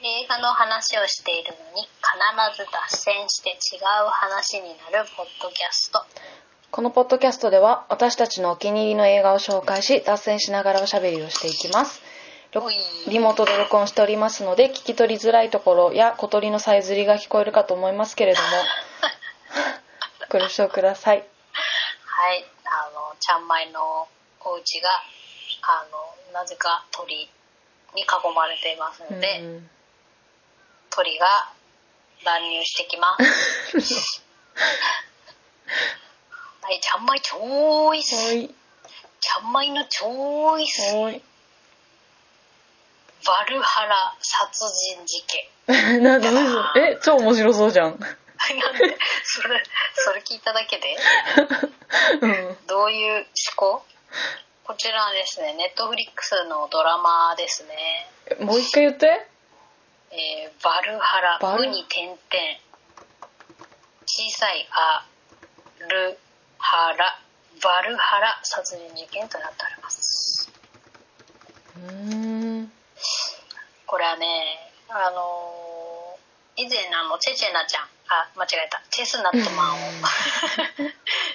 映画の話をしているのに必ず脱線して違う話になるポッドキャストこのポッドキャストでは私たちのお気に入りの映画を紹介し脱線しながらおしゃべりをしていきますろおいリモートで録音しておりますので聞き取りづらいところや小鳥のさえずりが聞こえるかと思いますけれども ご了承くださいはいあのちゃんまいのお家があのなぜか鳥に囲まれていますので、うん鳥が乱入してきます はいちゃんまいチョイおスいちゃんまいのチョイスおい バルハラ殺人事件 なんでどうしたえ超面白そうじゃんなんでそれそれ聞いただけでうんどういう思考こちらはですねネットフリックスのドラマですねえもう一回言って「えーバルハラ」「バルウに点々」「小さいあ」「ルハラ」「バルハラ殺人事件」となっておりますうーんこれはねあのー以前あのチェチェナちゃんあ間違えたチェスナットマン を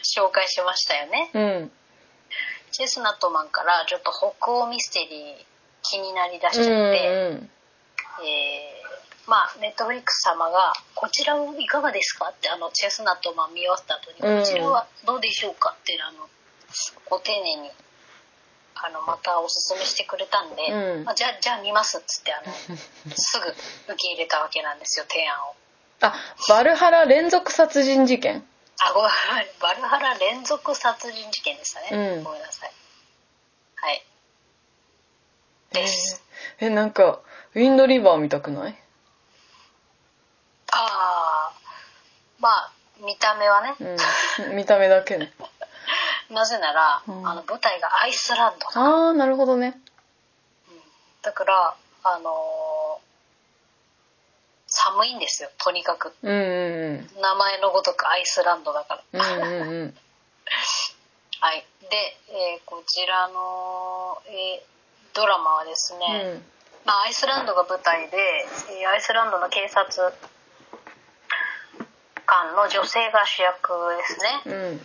紹介しましたよねうんチェスナットマンからちょっと北欧ミステリー気になりだしちゃうっんて、うんえーまあネットフリックス様が「こちらはいかがですか?」ってあのチェスナットマン見終わった後に「うんこちらはどうでしょうか?」ってあのご丁寧にあのまたおすすめしてくれたんで、うんまあ、じゃあじゃあ見ますっつってあ のすぐ受け入れたわけなんですよ提案を。あバルハラ連続殺人事件あごめんバルハラ連続殺人事件でしたね、うんごめんなさいはいです、えなんかウィンドリバー見たくないああまあ見た目はね、うん見た目だけねなぜなら、うんあの舞台がアイスランドなああなるほどねだからあのー寒いんですよとにかくうんうん名前のごとくアイスランドだから、うんうんうんうんはいで、えーこちらの、えードラマはですね、うんまあ、アイスランドが舞台で、えーアイスランドの警察官の女性が主役ですね。うん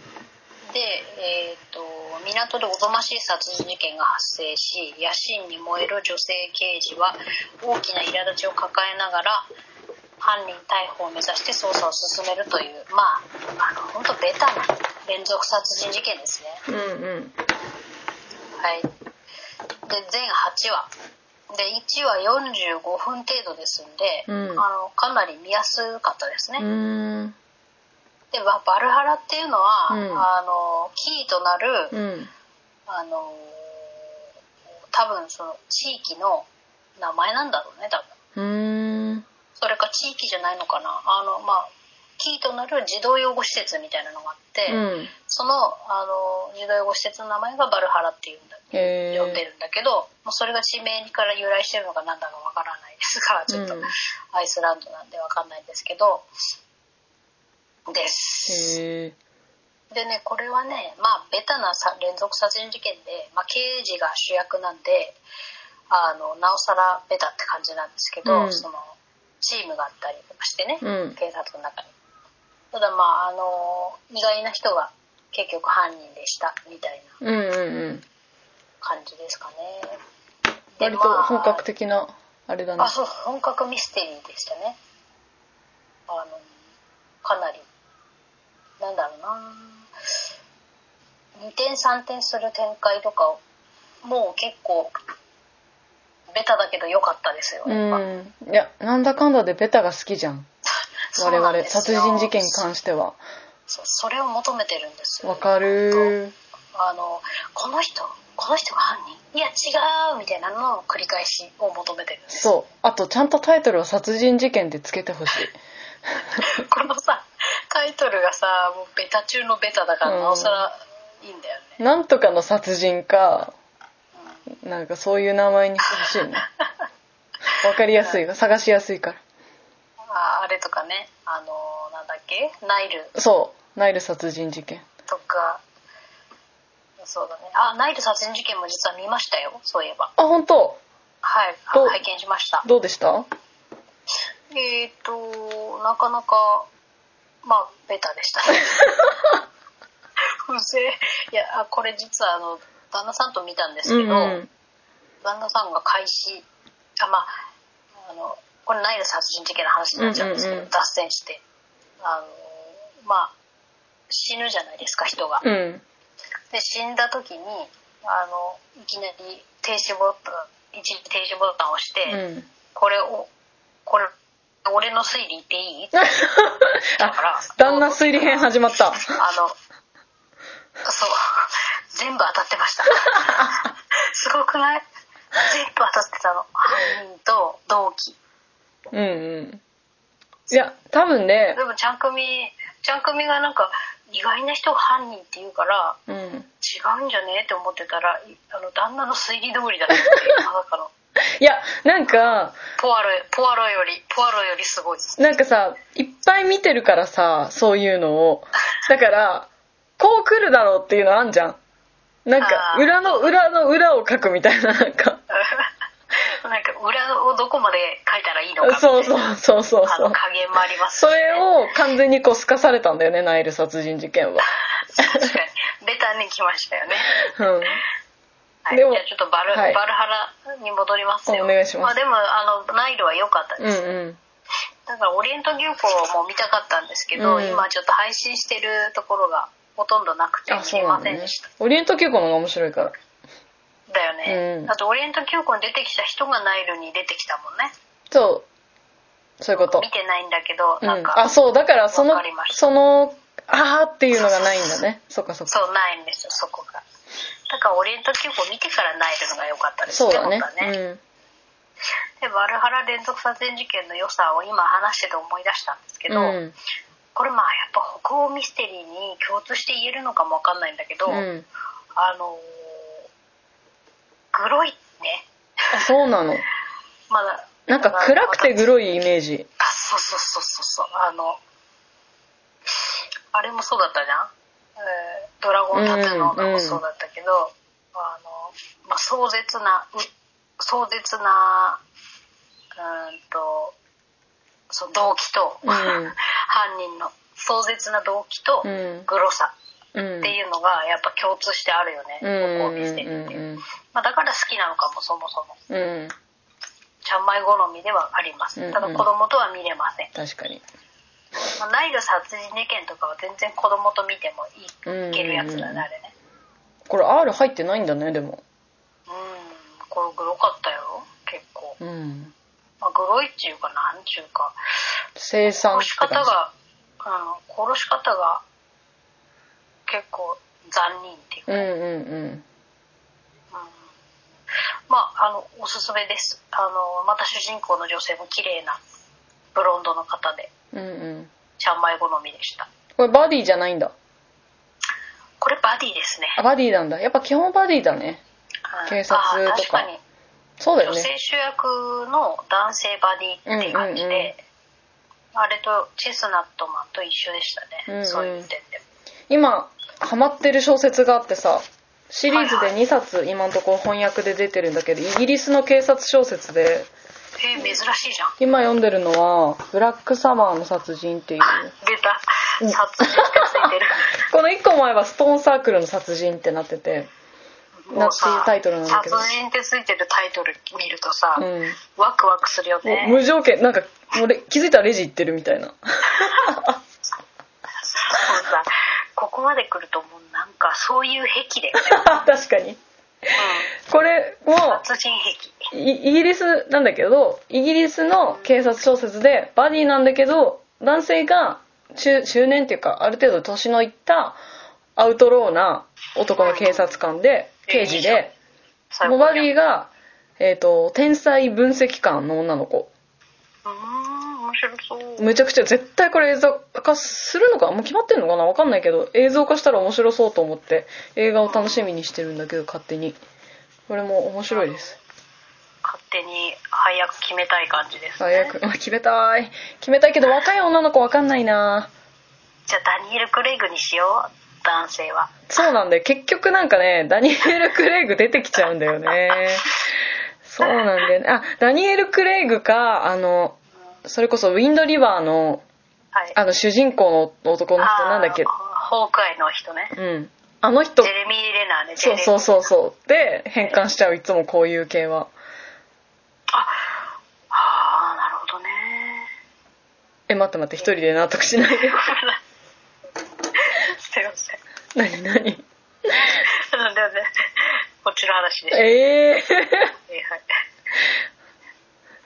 で、えー、と港でおぞましい殺人事件が発生し野心に燃える女性刑事は大きな苛立ちを抱えながら犯人逮捕を目指して捜査を進めるというまああの本当ベタな連続殺人事件ですね。うんうんはい、で全8話で1話45分程度ですんで、うんあのかなり見やすかったですね、うーんでババルハラっていうのは、うんあのキーとなる、うんあの多分その地域の名前なんだろうね多分うーんそれか地域じゃないのかなあのまあキーとなる児童養護施設みたいなのがあって、うんそのあの児童養護施設の名前がバルハラっていうんだへ読んでるんだけど、もうそれが地名から由来してるのか何だかわからないですからちょっとうんアイスランドなんでわかんないんですけど、です。へえでねこれはねまあベタなさ連続殺人事件で、まあ、刑事が主役なんであのなおさらベタって感じなんですけど、うんそのチームがあったりとかしてね、うん警察の中に。ただまああの意外な人が結局犯人でしたみたいなうんうんうん感じですかね。で割と本格的なあれだねあそう本格ミステリーでしたねあのかなりなんだろうな2点3点する展開とかもう結構ベタだけど良かったですようやっぱんいやなんだかんだでベタが好きじゃんそうな我ん々です殺よ人事件に関してはそうそれを求めてるんですよわかるあのこの人この人が犯人いや違うみたいなのの繰り返しを求めてるんですそうあとちゃんとタイトルは殺人事件でつけてほしい このさタイトルがさもうベタ中のベタだからうんなおさらいいんだよね、なんとかの殺人か、なんかそういう名前にしてほ しいね。わかりやすいわ。探しやすいから。ああれとかねあのなんだっけナイルそう。ナイル殺人事件。とかそうだねあナイル殺人事件も実は見ましたよそういえばあ、本当はいあどう拝見しましたどうでしたえっ、となかなかまあベタでした ね 不正いやあこれ実はあの旦那さんと見たんですけど、うん旦那さんが開始あまああのこれナイル殺人事件の話になっちゃうんですけど、うんうんうん脱線してあのまあ死ぬじゃないですか人が、うんで死んだ時にあのいきなり停止ボタン一時停止ボタンを押して、うんこれをこれ俺の推理言っていいってだかあら旦那推理編始まったあの、そう、全部当たってま した。すごくない全部当たってたの。犯人と同期。うんうんいや多分ねでも、ちゃん組、ちゃん組がなんか、意外な人が犯人って言うから、うん違うんじゃねって思ってたら、いあの、旦那の推理通りだったっていう、まさかの。 いやなんかポアロ、ポアロより、ポアロよりすごい です。なんかさいっぱい見てるからさそういうのをだからこう来るだろうっていうのあんじゃんなんかあー裏の裏の裏を書くみたいななんかなんか、裏をどこまで書いたらいいのかみたいなそうそうそうそうあその、う加減もありますしそねれを完全にこうすかされたんだよねナイル殺人事件は確かにベタに来ましたよね、うんはい、でもじゃあちょっとバル,、はいバルハラに戻りますよお願いしますあ、でもあのナイルは良かったうです、んだからオリエント銀行も見たかったんですけど、うん今ちょっと配信してるところがほとんどなくうて んあ見そうれなまんだせんねでしたオリエント急行の方が面白いからだよね、うんあとオリエント急行に出てきた人がナイルに出てきたもんねそうそういうこと見てないんだけどうなんんか、あそうだからそのわかりましたそのあーっていうのがないんだねそっかそっかそうないんですよそこがだからオリエント急行見てからナイルのが良かったですそねうだね本当はねでバルハラ連続殺人事件の良さを今話してて思い出したんですけうど、んうんこれまあやっぱ北欧ミステリーに共通して言えるのかもわかんないんだけど、うんあのーグロいねあそうなのまだなんか暗くてグロいイメージあそうそうそうそうそうあのあれもそうだったじゃん、えードラゴンタトゥーの女もそうだったけど、あの、まあ、壮絶なう壮絶なうーんとそう動機と、う ん犯人の壮絶な動機とうんグロさうんっていうのがやっぱ共通してあるよね、うん北欧うんミステリーって、うんまあ、だから好きなのかもそもそもうんうんちゃんまい好みではありますうんただ子供とは見れません、確かにまあ、ナイル殺人事件とかは全然子供と見てもいいいけるやつだうんうんうんねあれねこれ R 入ってないんだねでもうんこれグロかったよ結構、うんまあ、グロいっていうかなんちゅうか生産殺し方が、うん、殺し方が結構残忍っていううか、んううんんまああのおすすめですあのまた主人公の女性も綺麗なブロンドの方でうんうんうんちゃんまい好みでしたこれバディじゃないんだこれバディですねあバディなんだやっぱ基本バディだねうん警察とかあー確かにそうだよ女ね性主役の男性バディっていう感じで、うんうんうんあれとチェスナットマンと一緒でしたね、うんうんそういう点で今ハマってる小説があってさシリーズはいでは2冊今のところ翻訳で出てるんだけどイギリスの警察小説でえー珍しいじゃん今読んでるのは「ブラックサマーの殺人」っていう出た殺人ってつい てるこの1個前は「ストーンサークルの殺人」ってなっててもうさなんていうタイトルなんだけど殺人ってついてるタイトル見るとさ、うんワクワクするよもうね無条件なんかもうレ気づいたらレジ行ってるみた いなもうさここまで来るともうなんかそういう癖 だよね、確かにこれもうん、殺人癖イイギリスなんだけどイギリスの警察小説でバディなんだけど男性が中中年っていうかある程度年のいったアウトローな男の警察官でうん刑事で最もう高バじデゃんィが、えー、と天才分析官の女の子うーん面白そうむちゃくちゃ絶対これ映像化するのかもう決まってんのかなわかんないけど映像化したら面白そうと思って映画を楽しみにしてるんだけど勝手にこれも面白いです勝手に早く決めたい感じです、ね、早く決めたい決めたいけど若い女の子わかんないなじゃあダニエル・クレイグにしよう男性はそうなんで結局なんかねダニエル・クレイグ出てきちゃうんだよねそうなんだよねあダニエル・クレイグかあのそれこそウィンドリバーのはいあの主人公の男の人なんだっけあーホークアイの人ねうんあのジ人ェレミー・レナーねジェそレうミーそうそうそうで変換しちゃういつもこういう系はああなるほどね え待って待って一人で納得しないで すいません何な何んでなん でこっちの話でしたええはいはい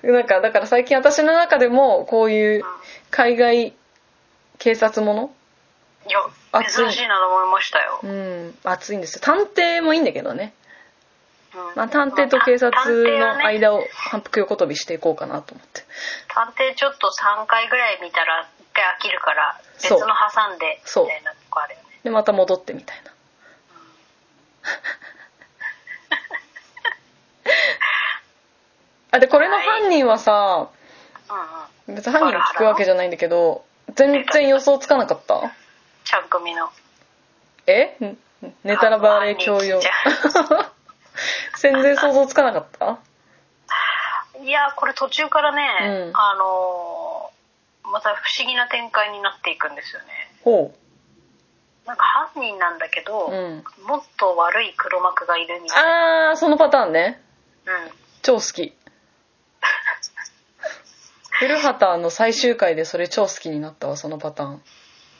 ー、 なんかだから最近私の中でもこういう海外警察ものいや熱い珍しいなと思いましたよ、うん熱いんですよ探偵もいいんだけどね、うんまあ、探偵と警察まあの探偵はね間を反復横跳びしていこうかなと思って探偵ちょっと3回ぐらい見たら1回飽きるから別そうの挟んでそうみたいなとこあるよねでまた戻ってみたいなあでこれの犯人はさうんうん別に犯人を聞くわけじゃないんだけど全然予想つかなかったちゃん組のえんネタラバレ教養 あ全然想像つかなかったいやーこれ途中からね、うんあのーまた不思議な展開になっていくんですよねほなんか犯人なんだけど、うんもっと悪い黒幕がいるみうたいなあーそのパターンねうん超好 き古畑の最終回でそれ超好きになったわそのパターン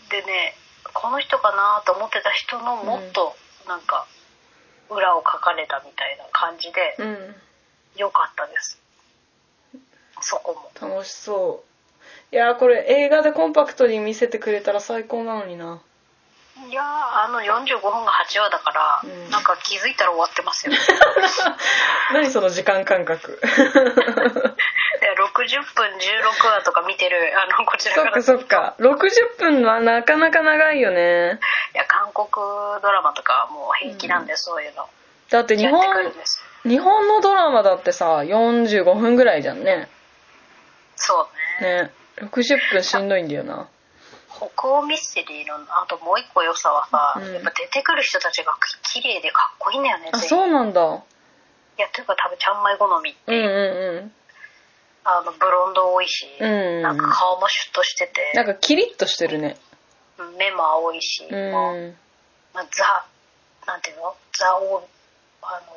でねこの人かなと思ってた人のもっとなんか裏を書かれたみたいな感じでうん良かったですそこも楽しそういやーこれ映画でコンパクトに見せてくれたら最高なのにないやーあの45分が8話だから、うんなんか気づいたら終わってます よいや何その時間感 覚60分16話とか見てるあのこちらそかっらかそっか60分はなかなか長いよねいや韓国ドラマとかはもう平気なんで、そういうのだって日や本ってくるんです日本のドラマだってさ45分ぐらいじゃんねそうねね60分しんどいんだよな北欧ミステリーのあともう一個良さはさ、うんやっぱ出てくる人たちが綺麗でかっこいいんだよねあ全員そうなんだいやというか多分ちゃんまい好みってうんういう、んあのブロンド多いし、うんうんなんか顔もシュッとしててなんかキリッとしてるね目も青いし、うまあんまあザなんていうのザをあの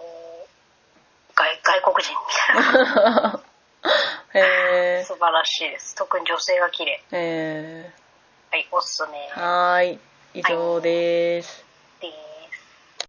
外外国人みたい へえな素晴らしいです特に女性が綺麗えはいおすすめー、はーい以上です、です